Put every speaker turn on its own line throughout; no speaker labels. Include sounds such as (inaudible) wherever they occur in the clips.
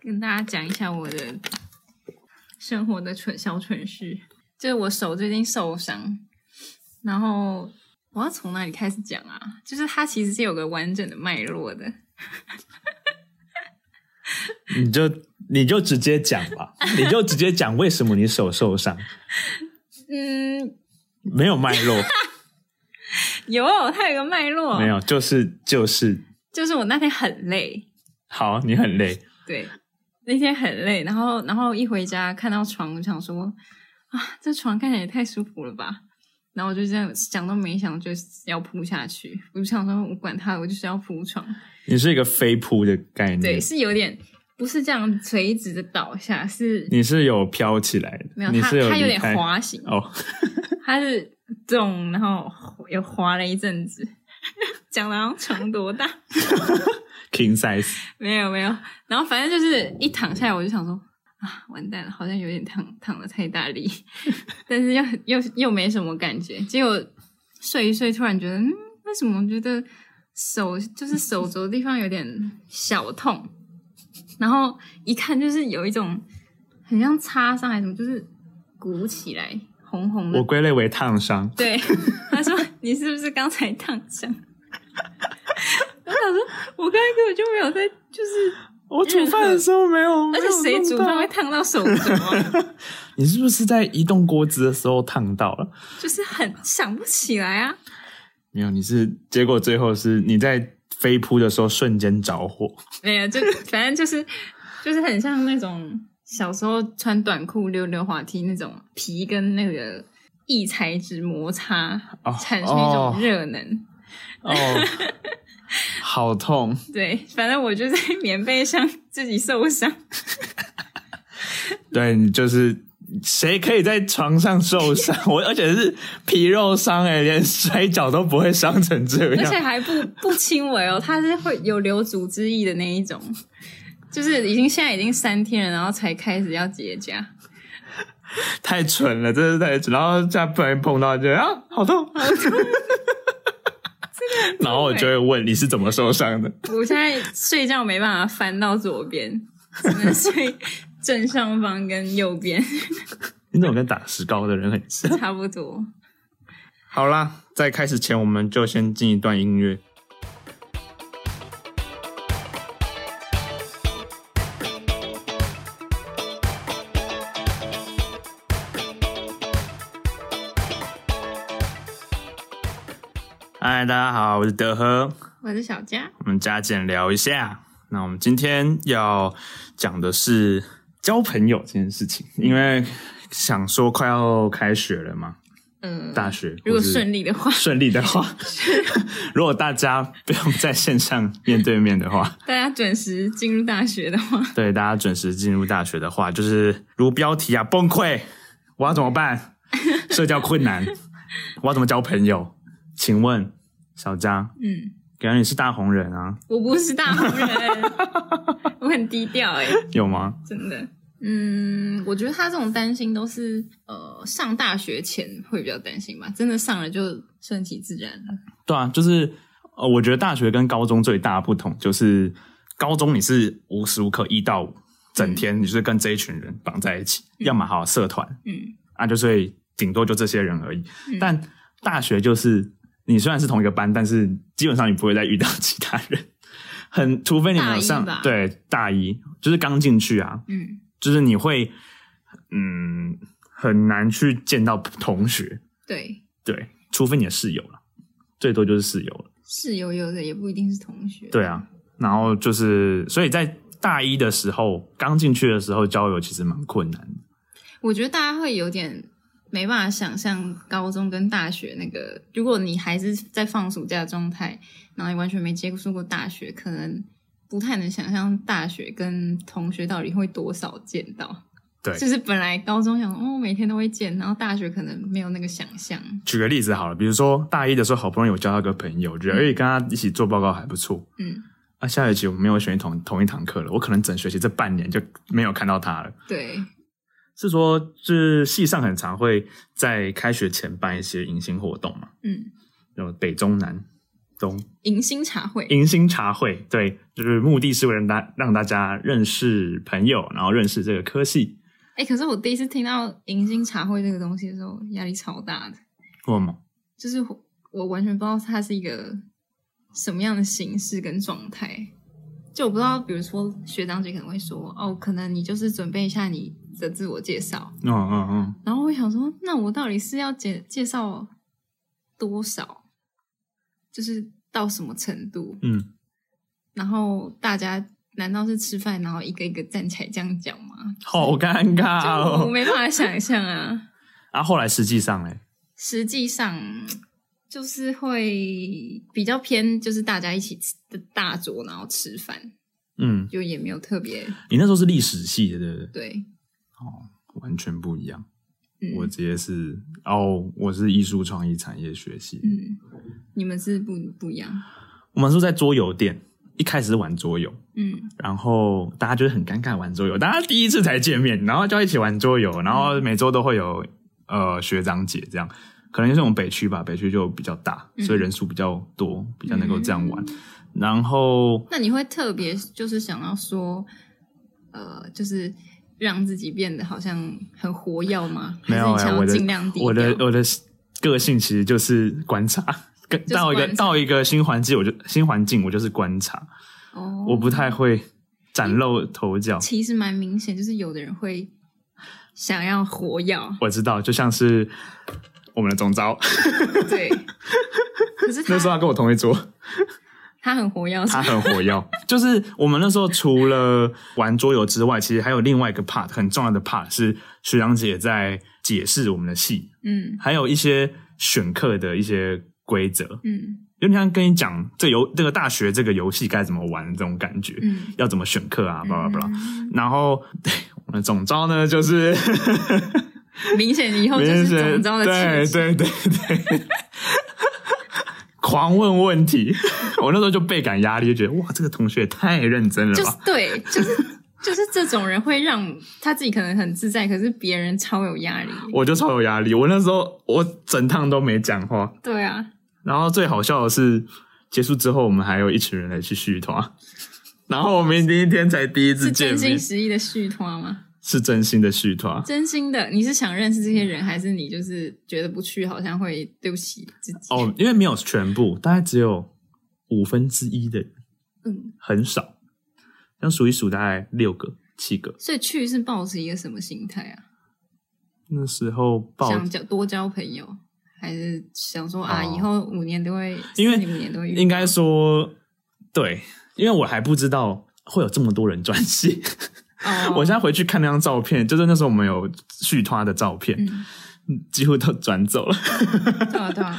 跟大家讲一下我的生活的蠢小蠢事，就是我手最近受伤，然后我要从哪里开始讲啊？就是它其实是有个完整的脉络的，
你就你就直接讲
(laughs)
吧，你就直接讲为什么你手受伤，
嗯，
没有脉络，
有它有个脉络，
没有，就是就是
就是我那天很累，
好，你很累，
对，那天很累，然后然后一回家看到床，我就想说啊，这床看起来也太舒服了吧。然后我就这样想都没想，就是要扑下去。我就想说，我管他，我就是要扑床。
你是一个飞扑的概
对，
念，
是有点不是这样垂直的倒下，是
你是有飘起来的，
没有
你
它
是
它有
离
点
开
滑行，
哦，
它是重，然后又滑了一阵子， (laughs) 讲的好像床多大，
king size，
没有没有，然后反正就是一躺下来我就想说啊，完蛋了，好像有点躺躺的太大力，但是又又又没什么感觉，结果睡一睡突然觉得，嗯，为什么觉得手就是手肘地方有点小痛，然后一看就是有一种很像擦伤还是什么，就是鼓起来红红的
我归类为烫伤，
对，他说你是不是刚才烫伤？ (laughs) 我想说，我刚才根本就没有在，就是，
我煮饭的时候没有，
(laughs) 而且
没有
谁
弄
煮饭
到
会烫到手肘啊？
你是不是在移动锅子的时候烫到了？
就是很想不起来啊。
没有，你是结果最后是你在飞扑的时候瞬间着
(laughs)
火，
(laughs) 没有，就反正就是，就是很像那种小时候穿短裤溜溜滑梯那种皮跟那个异材质摩擦，
哦
产生一种热能。
哦，好痛！
对，反正我就在棉被上自己受 (laughs) 伤。
对，你就是谁可以在床上受伤？我而且是皮肉伤哎、连摔跤都不会伤成这
而且
样。
还不不轻微哦，它是会有留足之意的那一种，就是已经现在已经三天了，然后才开始要结痂，
太蠢了，真是太蠢！然后这样不然碰到就啊，好痛！ (laughs) 然后我就会问你是怎么受伤的？
我现在睡觉没办法翻到左边，只能睡正上方跟右边
你怎么跟打石膏的人很像？
差不多。
好啦，在开始前，我们就先进一段音乐。嗨，大家好，我是德和，
我是小佳，
我们加减聊一下。那我们今天要讲的是交朋友这件事情，因为想说快要开学了嘛，
嗯、
大学
如果
或是
顺利的话，
顺利的话， (laughs) 如果大家不用在线上面对面的话， (laughs)
大家准时进入大学的话，
对大家准时进入大学的话，就是如标题啊，崩溃，我要怎么办？社交困难，我要怎么交朋友？请问小张，
嗯，
感觉你是大红人啊，
我不是大红人，我很低调哎、
有吗？
真的。嗯，我觉得他这种担心都是呃上大学前会比较担心吧，真的上了就顺其自然了。
对啊，就是呃，我觉得大学跟高中最大的不同就是，高中你是无时无刻一到五，整天你就是跟这一群人绑在一起，要么好社团，
嗯
啊，就所以顶多就这些人而已。
嗯
但大学就是你虽然是同一个班，但是基本上你不会再遇到 (laughs) 其他人，很除非你们有上
大一吧
对大一，就是刚进去啊，
嗯
就是你会嗯很难去见到同学，
对，
对，除非你的室友了，最多就是室友了，
室友有的也不一定是同学。
对啊，然后就是所以在大一的时候，刚进去的时候交友其实蛮困难的。
我觉得大家会有点没办法想象高中跟大学那个，如果你还是在放暑假状态，然后你完全没接触过大学，可能不太能想象大学跟同学到底会多少见到。
对
就是本来高中想哦每天都会见，然后大学可能没有那个想象。
举个例子好了，比如说大一的时候，好不容易有交到一个朋友，觉得
嗯
诶、跟他一起做报告还不错。
嗯，
那、下学期我们没有选同同一堂课了，我可能整学期这半年就没有看到他了。
对，
是说，就是系上很常会在开学前办一些迎新活动嘛，
嗯
有北中南中
迎新茶会，
迎新茶会，对，就是目的是为了大让大家认识朋友，然后认识这个科系。
哎、可是我第一次听到迎新茶会这个东西的时候，压力超大的，
我吗？
就是我我完全不知道它是一个什么样的形式跟状态。就我不知道，比如说学长姐可能会说，哦，可能你就是准备一下你的自我介绍，
嗯嗯嗯，
然后我想说，那我到底是要介介绍多少，就是到什么程度？
嗯，
然后大家难道是吃饭，然后一个一个站起来这样讲吗？
好尴
就
尬
我
哦。
没办法想象啊。
啊，后来实际上嘞，
实际上就是会比较偏，就是大家一起吃的大桌，然后吃饭，
嗯，
就也没有特别
你那时候是历史系的，对不对？
对。
哦，完全不一样。
嗯
我直接是哦，我是艺术创意产业学系。
嗯，你们是不不一样。
我们是在桌游店，一开始是玩桌游，
嗯
然后大家就是很尴尬玩桌游，大家第一次才见面，然后就一起玩桌游，然后每周都会有呃学长姐这样，可能就是我们北区吧，北区就比较大，
嗯
所以人数比较多，比较能够这样玩。然后
那你会特别就是想要说，呃，就是让自己变得好像很活跃吗？
没有
还是
哎、
你想
我
要
的
尽量低调
我的我的个性其实就是观察，跟
就是
到一个
观察
到一个新环境，我就新环境我就是观察，
哦，
我不太会崭露头角。
其实蛮明显，就是有的人会想要活跃，
我知道，就像是我们的总招， (laughs)
对。可是
那时
他
候他跟我同一桌，
他很活跃，是
他很火药。就是我们那时候除了玩桌游之外，其实还有另外一个 part 很重要的 part 是学长姐在解释我们的戏，
嗯
还有一些选课的一些规则，
嗯
有点像跟你讲这游这个大学这个游戏该怎么玩这种感觉，
嗯，
要怎么选课啊，巴拉巴拉。
嗯
然后， (laughs) 对我们总招呢，就是
(laughs) 明显以后就是总招的
对
气质，
对对对， (laughs) 狂问问题。我那时候就倍感压力，就觉得哇，这个同学也太认真了
就
吧
是？对，就是。就是这种人会让他自己可能很自在，可是别人超有压力。
我就超有压力。我那时候我整趟都没讲话，
对啊，
然后最好笑的是，结束之后我们还有一群人来去续团， (laughs) 然后我们第一天才第一次
是
见
真
面
心，实意的续托吗？
是真心的续团。
真心的，你是想认识这些人，还是你就是觉得不去好像会对不起自己？
哦，因为没有全部，大概只有五分之一的人，
嗯，
很少。这样数一数，大概六个、七个。
所以去是抱持一个什么心态啊？
那时候报
想交多交朋友，还是想说啊，
哦
以后五年都会，
因为
四年五年都会遇到
应该说对，因为我还不知道会有这么多人转系。 (laughs)
哦，
我现在回去看那张照片，就是那时候我们有续团的照片，
嗯，
几乎都转走了。 (laughs)
对啊对啊，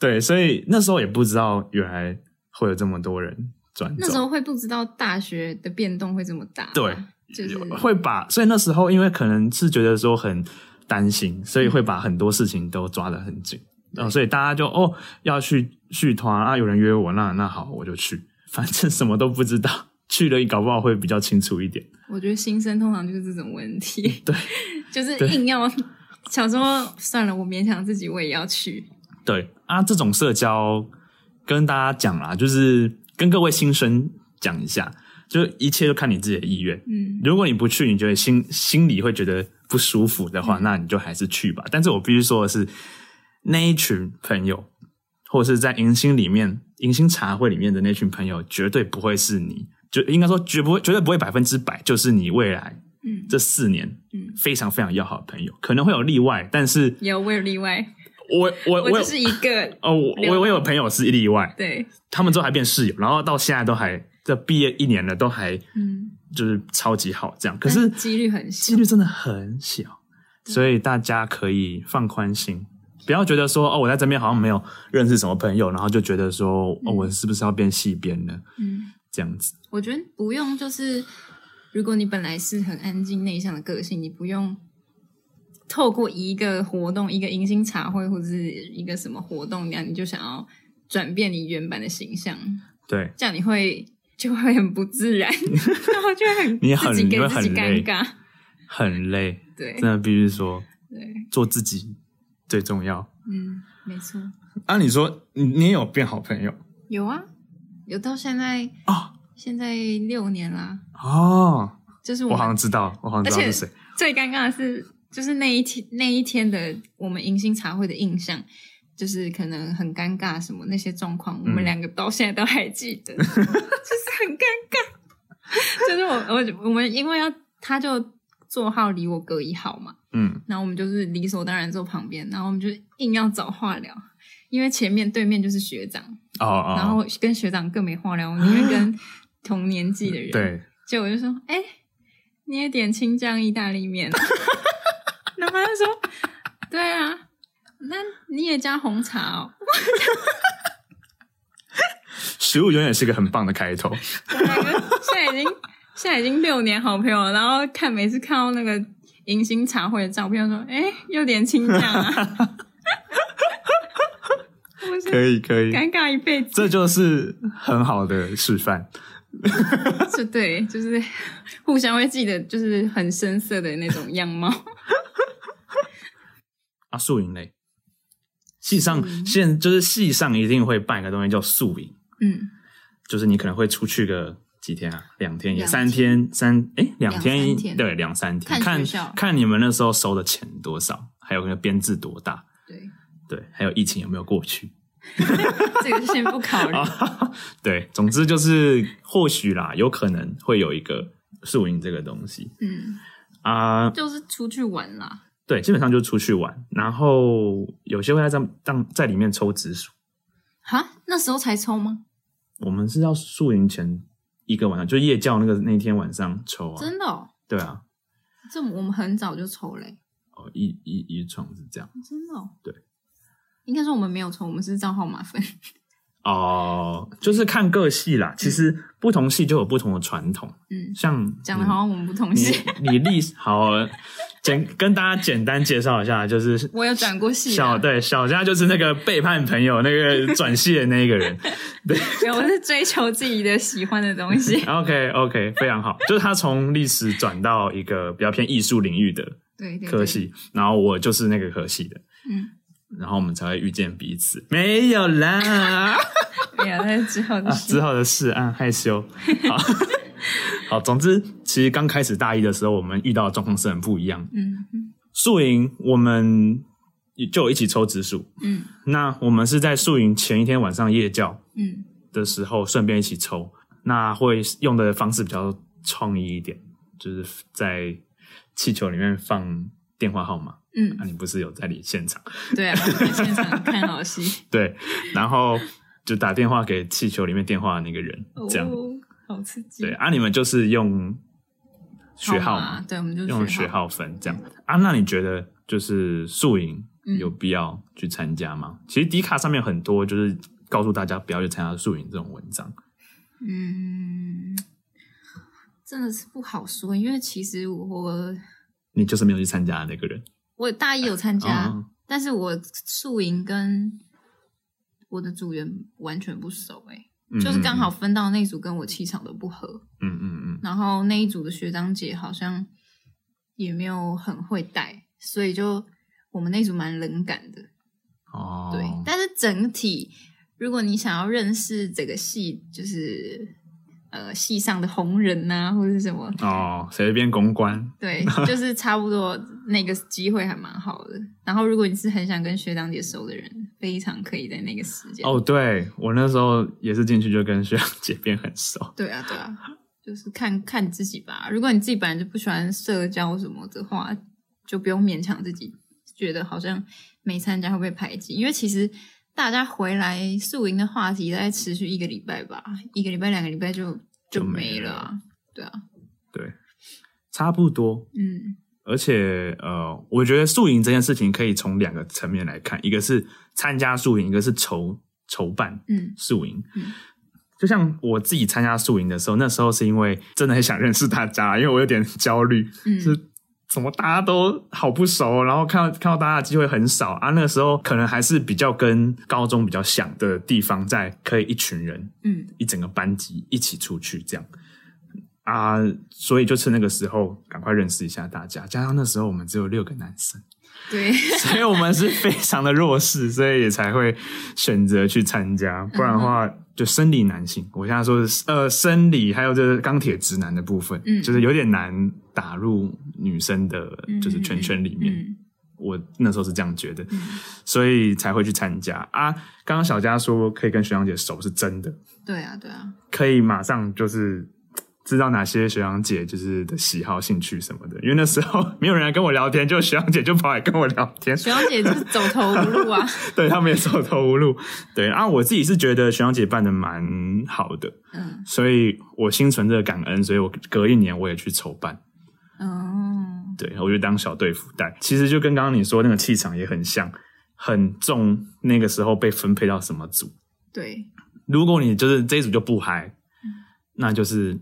对，所以那时候也不知道原来会有这么多人转
那时
走。
候会不知道大学的变动会这么大，
对，
就是
会把，所以那时候因为可能是觉得说很担心，所以会把很多事情都抓得很紧，
嗯
然后、所以大家就哦要去续团啊，有人约我，那那好我就去， (laughs) 反正什么都不知道，去了搞不好会比较清楚一点。
我觉得新生通常就是这种问题，
(laughs) 对，
(laughs) 就是
对
硬要 (laughs) 想说算了，我勉强自己我也要去，
对啊，这种社交跟大家讲啦，就是跟各位新生讲一下，就一切都看你自己的意愿。
嗯
如果你不去，你觉得心心里会觉得不舒服的
嗯
话，那你就还是去吧。但是我必须说的是，那一群朋友，或者是在迎新里面、迎新茶会里面的那群朋友，绝对不会是你，就应该说绝不会，绝对不会百分之百就是你未来
嗯，
这四年
嗯
非常非常要好的朋友，可能会有例外，但是
有我有例外，
我我
我
呃我有
就是一个
哦，我我我有朋友是例外，
对，
他们之后还变室友，然后到现在都还这毕业一年了，都还
嗯，
就是超级好这样。可
但
是
几嗯率很小
几，率真的很小，所以大家可以放宽心，不要觉得说哦，我在这边好像没有认识什么朋友，然后就觉得说哦，我是不是要变戏编呢？
嗯。
这样子，
我觉得不用，就是如果你本来是很安静内向的个性，你不用透过一个活动、一个迎新茶会或者是一个什么活动那样，你就想要转变你原本的形象，
对
这样你会就会很不自
(laughs)
然，然后就会很
你很
自己给
你会
自己
很
尴
累
尬。
很累，
对
真的必须说
对，
做自己最重要。
嗯，没错。
啊，你说你你也有变好朋友，
有啊，有到现在
哦
现在六年啦，
哦，
就是
我
我
好像
们
知道，我好像知道是谁。
最尴尬的是，就是那一天那一天的我们迎新茶会的印象，就是可能很尴尬什么那些状况，
嗯
我们两个到现在都还记得，就是很尴
(laughs)
尬。就是我我我们因为要他就座号离我隔一号嘛，
嗯，
然后我们就是理所当然坐旁边，然后我们就硬要找话聊，因为前面对面就是学长，
哦哦，
然后跟学长更没话聊，我宁愿
(laughs)
跟同年纪的人。
对，
结果我就说：“哎、你也点青酱意大利
(laughs)
面？”然后他就说：“对啊，那你也加红茶哦。
食物永远是一个很棒的
(laughs)
开头。”
我们两个现在已经现在已经六年好朋友了，然后看每次看到那个迎新茶会的照片，我说：“哎、又点青酱啊！”
(laughs)
我是
可以可以，
尴尬一辈子，
这就是很好的示范。
(laughs) 就对，就是互相会记得，就是很生涩的那种样貌。
啊，宿营类，系上现就是系上一定会办一个东西叫宿营，
(laughs) 嗯，
就是你可能会出去个几天啊，两天也
两
三天三哎两
两
天
三天
对两三天，
看
看
学校
看你们那时候收的钱多少，还有那个编制多大，
对，
对，还有疫情有没有过去
这个先不考虑。 (laughs)
啊？对，总之就是或许啦，有可能会有一个宿营这个东西
嗯。
啊、
就是出去玩啦。
对，基本上就出去玩，然后有些会在在当在里面抽紫薯。
哈，那时候才抽吗？
我们是要宿营前一个晚上，就夜教那个那天晚上抽啊，
真的哦，
对啊，
这我们很早就抽嘞、
哦，一一一创是这样
真的哦。
对，
应该说我们没有抽，我们是照号码 (laughs) 分。
哦，就是看各系啦。其实不同系就有不同的传统，
嗯，
像
讲的好像我们不同
你
系，
你你历 (laughs) 好简跟大家简单介绍一下，就
(laughs)
是
我有转过系
小
(laughs) 的，
对小佳就是那个背叛朋友那个转系的那一个人，。
对，我是追求自己的喜欢的东西
OK (laughs) OK，非常好，就是他从历史转到一个比较偏艺术领域的
(laughs) 对嗯对对，
科系，然后我就是那个科系的，
嗯，
然后我们才会遇见彼此。没
(laughs)
有啦，
没有，哎那是之后的
啊
事。
之后的事啊，害羞。
(laughs)
好，好，总之，其实刚开始大一的时候，我们遇到的状况是很不一样的。
嗯嗯
宿营我们就有一起抽直属，
嗯
那我们是在宿营前一天晚上夜教，
嗯
的时候顺便一起抽，那会用的方式比较创意一点，就是在气球里面放电话号码。
嗯，
啊，你不是有在你现场？ (laughs)
对啊，我们现场看好戏。
对，然后就打电话给气球里面电话的那个人，这样。
哦，好刺激。
对啊，你们就是用学号
码
嘛，
对，我们就
用
学
学。号分这样。啊，那你觉得就是宿营
嗯
有必要去参加吗？其实迪卡上面有很多就是告诉大家不要去参加宿营这种文章。
嗯，真的是不好说，因为其实我
你就是没有去参加的那个人。
我大一有参加，
嗯
但是我宿营跟我的组员完全不熟、欸，
嗯
就是刚好
嗯
分到那一组跟我气场都不合，
嗯嗯嗯，
然后那一组的学长姐好像也没有很会带，所以就我们那一组蛮冷感的，
哦，
对。但是整体，如果你想要认识这个系，就是呃系上的红人呐、或者是什么，
哦，随便公关，
对，就是差不多那个机会还蛮好的。然后，如果你是很想跟学长姐熟的人，非常可以在那个时间。
哦，对我那时候也是进去就跟学长姐变很熟，
对啊，对啊，就是看看你自己吧。如果你自己本来就不喜欢社交什么的话，就不用勉强自己，觉得好像没参加会被排挤。因为其实大家回来宿营的话题大概持续一个礼拜吧，一个礼拜、两个礼拜就
就没
没了啊。对啊，
对，差不多。
嗯
而且呃，我觉得宿营这件事情可以从两个层面来看，一个是参加宿营，一个是筹筹办
嗯
宿营。
嗯
就像我自己参加宿营的时候，那时候是因为真的很想认识大家，因为我有点焦虑，
嗯，
是怎么大家都好不熟，然后看到看到大家的机会很少啊。那个时候可能还是比较跟高中比较像的地方，在可以一群人
嗯
一整个班级一起出去这样。啊、所以就趁那个时候赶快认识一下大家。加上那时候我们只有六个男生，
对，
所以我们是非常的弱势，所以也才会选择去参加。不然的
嗯
话，就生理男性，我现在说的是呃生理，还有就是钢铁直男的部分，
嗯
就是有点难打入女生的
嗯
就是圈圈里面。
嗯
我那时候是这样觉得，
嗯
所以才会去参加啊。刚刚小佳说可以跟学长姐熟是真的，
对啊，对啊，
可以马上就是嘖知道哪些学长姐就是的喜好、兴趣什么的。因为那时候没有人来跟我聊天，就学长姐就跑来跟我聊天，
学长姐就是走投无路啊， (laughs)
(laughs) 对他们也走投无路。对啊，我自己是觉得学长姐办的蛮好的，
嗯，
所以我心存着感恩，所以我隔一年我也去筹办。
哦，
对，我就当小队服带。其实就跟刚刚你说那个气场也很像，很重那个时候被分配到什么组。
对，
如果你就是这一组就不嗨，那就是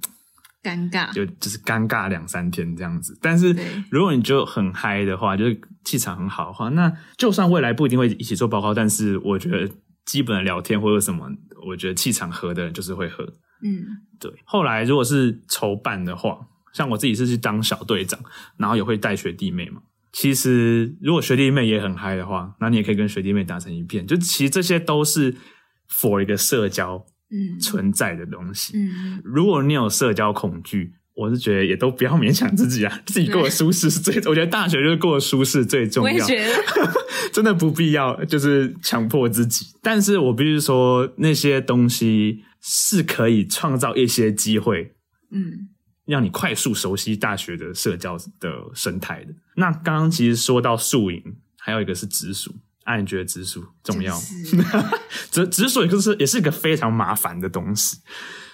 尴尬，
就就是尴尬两三天这样子。但是
对
如果你就很嗨的话，就是气场很好的话，那就算未来不一定会一起做报告，但是我觉得基本的聊天或者什么，我觉得气场合的人就是会合。
嗯，
对，后来如果是筹办的话，像我自己是去当小队长，然后也会带学弟妹嘛。其实如果学弟妹也很嗨的话，那你也可以跟学弟妹打成一片。就其实这些都是 for 一个社交
嗯，
存在的东西。
嗯，
如果你有社交恐惧，我是觉得也都不要勉强自己啊， (laughs) 自己过得舒适是最。我觉得大学就是过得舒适最重
我也
要，
觉得，
真的不必要就是强迫自己。但是我必须说，那些东西是可以创造一些机会，
嗯，
让你快速熟悉大学的社交的生态的。那刚刚其实说到宿营，还有一个是直属。啊，你觉得直属重要吗？
就是
直直属也就是也是一个非常麻烦的东西。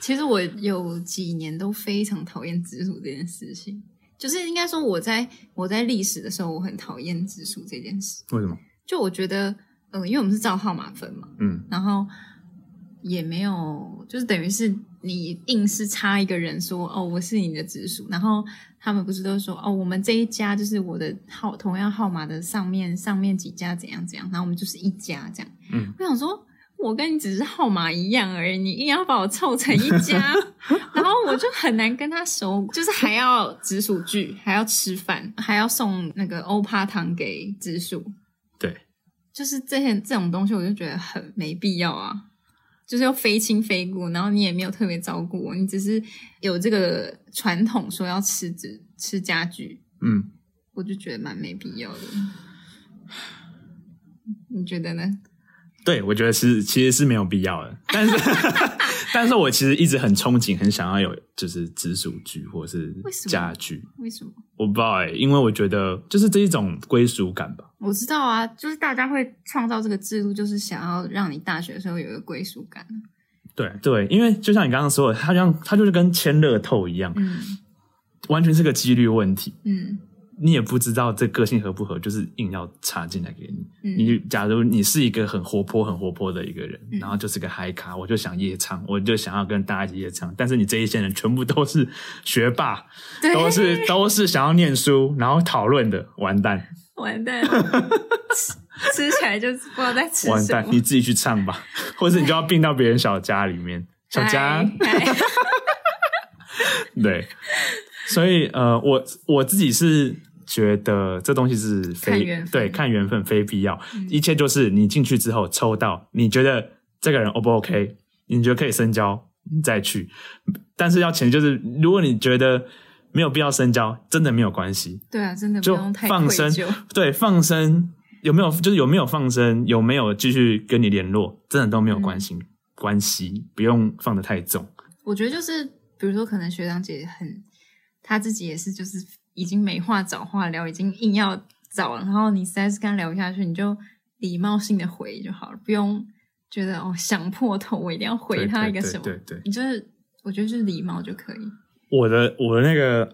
其实我有几年都非常讨厌直属这件事情，就是应该说我在我在历史的时候，我很讨厌直属这件事。
为什么？
就我觉得，嗯、因为我们是照号码分嘛，
嗯，
然后也没有，就是等于是你硬是插一个人说哦，我是你的直属，然后他们不是都说哦，我们这一家就是我的号同样号码的上面上面几家怎样怎样，然后我们就是一家这样。
嗯，
我想说。我跟你只是号码一样而已，你硬要把我凑成一
(laughs)
家，然后我就很难跟他熟，就是还要直属剧，还要吃饭，还要送那个欧趴糖给直属，
对，
就是这些这种东西，我就觉得很没必要啊。就是又非亲非故，然后你也没有特别照顾我，你只是有这个传统说要吃只吃家具，
嗯，
我就觉得蛮没必要的。你觉得呢？
对，我觉得是其实是没有必要的，但
(laughs)
是但是我其实一直很憧憬，很想要有就是直属剧或是
为什么
家剧，
为什么？
我不知道哎、因为我觉得就是这一种归属感吧。
我知道啊，就是大家会创造这个制度，就是想要让你大学的时候有一个归属感。啊
对对，因为就像你刚刚说的，它像它就是跟签乐透一样，
嗯
完全是个几率问题，
嗯
你也不知道这个性合不合，就是硬要插进来给你。
嗯，
你假如你是一个很活泼、很活泼的一个人，
嗯
然后就是个嗨咖，我就想夜唱，我就想要跟大家一起夜唱。但是你这一些人全部都是学霸，
对
(laughs) 都是都是想要念书，然后讨论的，完蛋，
完蛋了，吃吃起来就不知道在吃
完
什
蛋，
么
你。自己去唱吧， (laughs) 或者你就要并到别人小家
(laughs)
里面，小家
嗨嗨
对，所以呃，我我自己是觉得这东西是
看
非
缘分嗯
对看缘分非必要，一切就是你进去之后抽到，你觉得这个人 O 不 OK，你觉得可以深交，你再去。但是要前提就是，如果你觉得没有必要深交，真的没有关系，
对啊，真的不
就
用太愧
放生
疚。， (laughs)
对，放生有没有就是有没有放生，有没有继续跟你联络，真的都没有关系，
嗯
关系不用放得太重。
我觉得就是，比如说，可能学长姐很，她自己也是，就是已经没话找话聊，已经硬要找，然后你实在是跟她聊不下去，你就礼貌性的回就好了，不用觉得哦想破头我一定要回
对
她
对
一个
对
什么，
对对
你就是我觉得就是礼貌就可以。
我的我的那个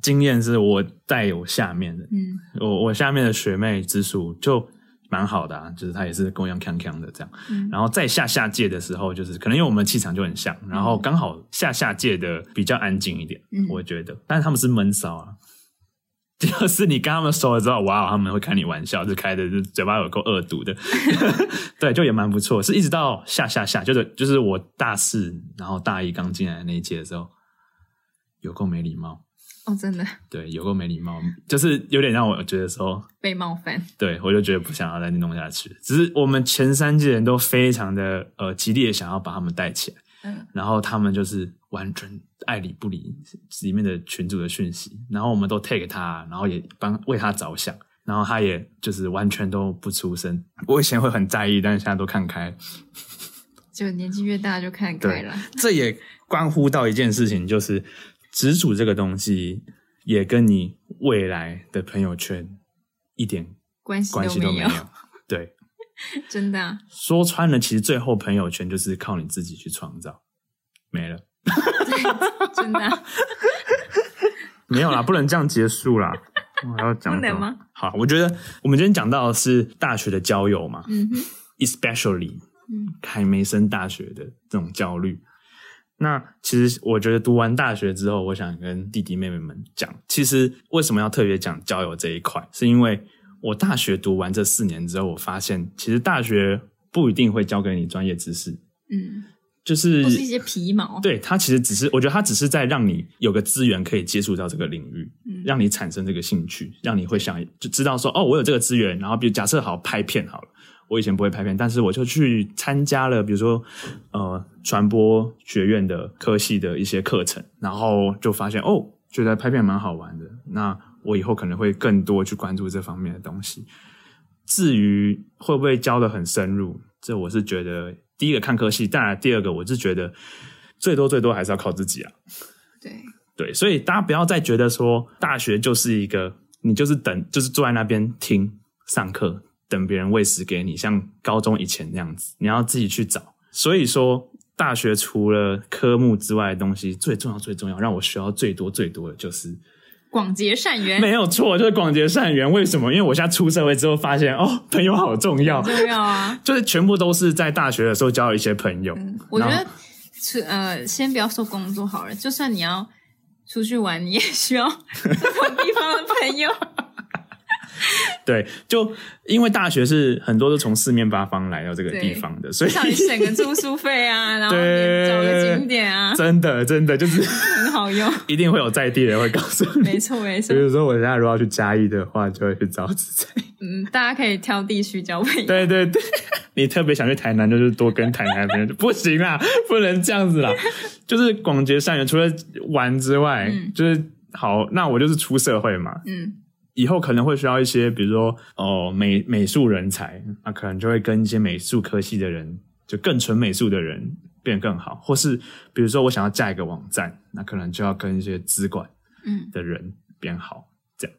经验是我带有下面的，
嗯
我我下面的学妹直属就蛮好的啊，就是她也是跟我一样锵锵的这样。
嗯
然后在下下届的时候，就是可能因为我们气场就很像，然后刚好下下届的比较安静一点，
嗯
我觉得，但是他们是闷骚啊。 (laughs) 就是你跟他们熟了之后，哇，他们会开你玩笑，就开的就嘴巴有够恶毒的， (laughs) 对，就也蛮不错。是一直到下下下，就是就是我大四，然后大一刚进来那一届的时候，有够没礼貌，
哦，真的
对，有够没礼貌，就是有点让我觉得说，
被冒犯，
对我就觉得不想要再弄下去。只是我们前三届人都非常的呃极力的想要把他们带起来，
嗯，
然后他们就是完全爱理不理里面的群主的讯息，然后我们都 take 他，然后也帮为他着想。然后他也就是完全都不出声。我以前会很在意，但是现在都看开。
就年纪越大就看开了，
这也关乎到一件事情，就是直属这个东西也跟你未来的朋友圈一点
关系
关系
都
都没
有
有，。对，
真的啊、
说穿了，其实最后朋友圈就是靠你自己去创造，没了，
真的啊、
没
(laughs)
有啦，不能这样结束啦。我还要讲
不能
什么
吗？
好，我觉得我们今天讲到的是大学的交友嘛
嗯哼，
，especially
嗯
还没升大学的这种焦虑。那其实我觉得读完大学之后，我想跟弟弟妹妹们讲，其实为什么要特别讲交友这一块，是因为我大学读完这四年之后，我发现其实大学不一定会教给你专业知识，
嗯，
就是
都是一些皮毛，
对它其实只是，我觉得它只是在让你有个资源可以接触到这个领域，
嗯
让你产生这个兴趣，让你会想就知道说哦，我有这个资源。然后比如假设好拍片好了，我以前不会拍片，但是我就去参加了，比如说呃传播学院的科系的一些课程，然后就发现哦，觉得拍片蛮好玩的。那我以后可能会更多去关注这方面的东西。至于会不会教的很深入，这我是觉得第一个看科系，当然第二个我是觉得最多最多还是要靠自己啊。
对，
对，所以大家不要再觉得说大学就是一个你就是等就是坐在那边听上课，等别人喂食给你，像高中以前那样子，你要自己去找。所以说，大学除了科目之外的东西，最重要最重要，让我学到最多最多的就是
广结善缘
没有错，就是广结善缘。为什么？因为我现在出社会之后发现，哦，朋友好重要
很，重要
(laughs)
啊。
就是全部都是在大学的时候交了一些朋友。
嗯，我觉
然
得出呃，先不要说工作好了，就算你要出去玩，你也需要 (laughs) 不同地方的朋
(laughs)
友。
对，就因为大学是很多都从四面八方来到这个地方的，所以
至少你省个住宿费啊，
(laughs)
然后
对
你找个景点啊，
真的真的就是
很好用。
(laughs) 一定会有在地人会告诉你。
没错，没
(laughs) 比
错。
如说，我现在如果要去嘉义的话，就会去找子在。
嗯，大家可以挑地区交朋友。
对对对， (laughs) 你特别想去台南，就是多跟台南朋友，不行啦， (laughs) 不能这样子啦。就是广结善缘，除了玩之外，
嗯
就是好，那我就是出社会嘛，
嗯，
以后可能会需要一些，比如说哦美美术人才，那可能就会跟一些美术科系的人，就更纯美术的人变得更好，或是比如说我想要架一个网站，那可能就要跟一些资管
嗯
的人变好，这样。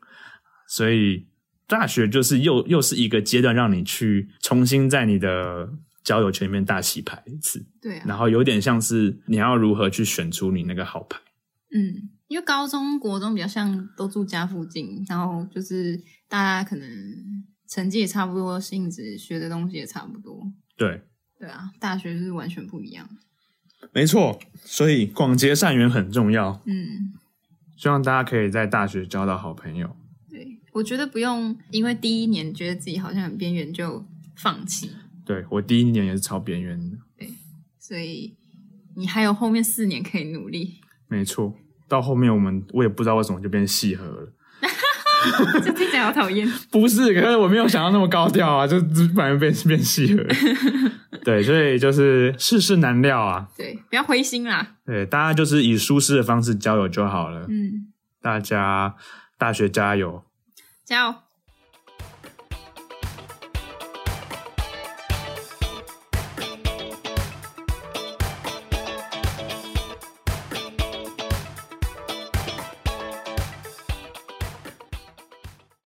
所以大学就是又又是一个阶段，让你去重新在你的交友圈里面大洗牌一次，
对啊，
然后有点像是你要如何去选出你那个好牌。
嗯，因为高中国中比较像都住家附近，然后就是大家可能成绩也差不多，性质学的东西也差不多。
对，
对啊，大学就是完全不一样。
没错，所以广结善缘很重要。
嗯，
希望大家可以在大学交到好朋友。
对，我觉得不用因为第一年觉得自己好像很边缘就放弃，
对我第一年也是超边缘的，
所以你还有后面四年可以努力， (laughs)
没错。到后面我们我也不知道为什么就变戏核了，
这听起来好讨厌。 (laughs)
不是？可是我没有想到那么高调啊，就就反正变变戏核。对，所以就是世事难料啊。
对，不要灰心啦。
对，大家就是以舒适的方式交友就好了。
嗯，
大家大学加油！
加油！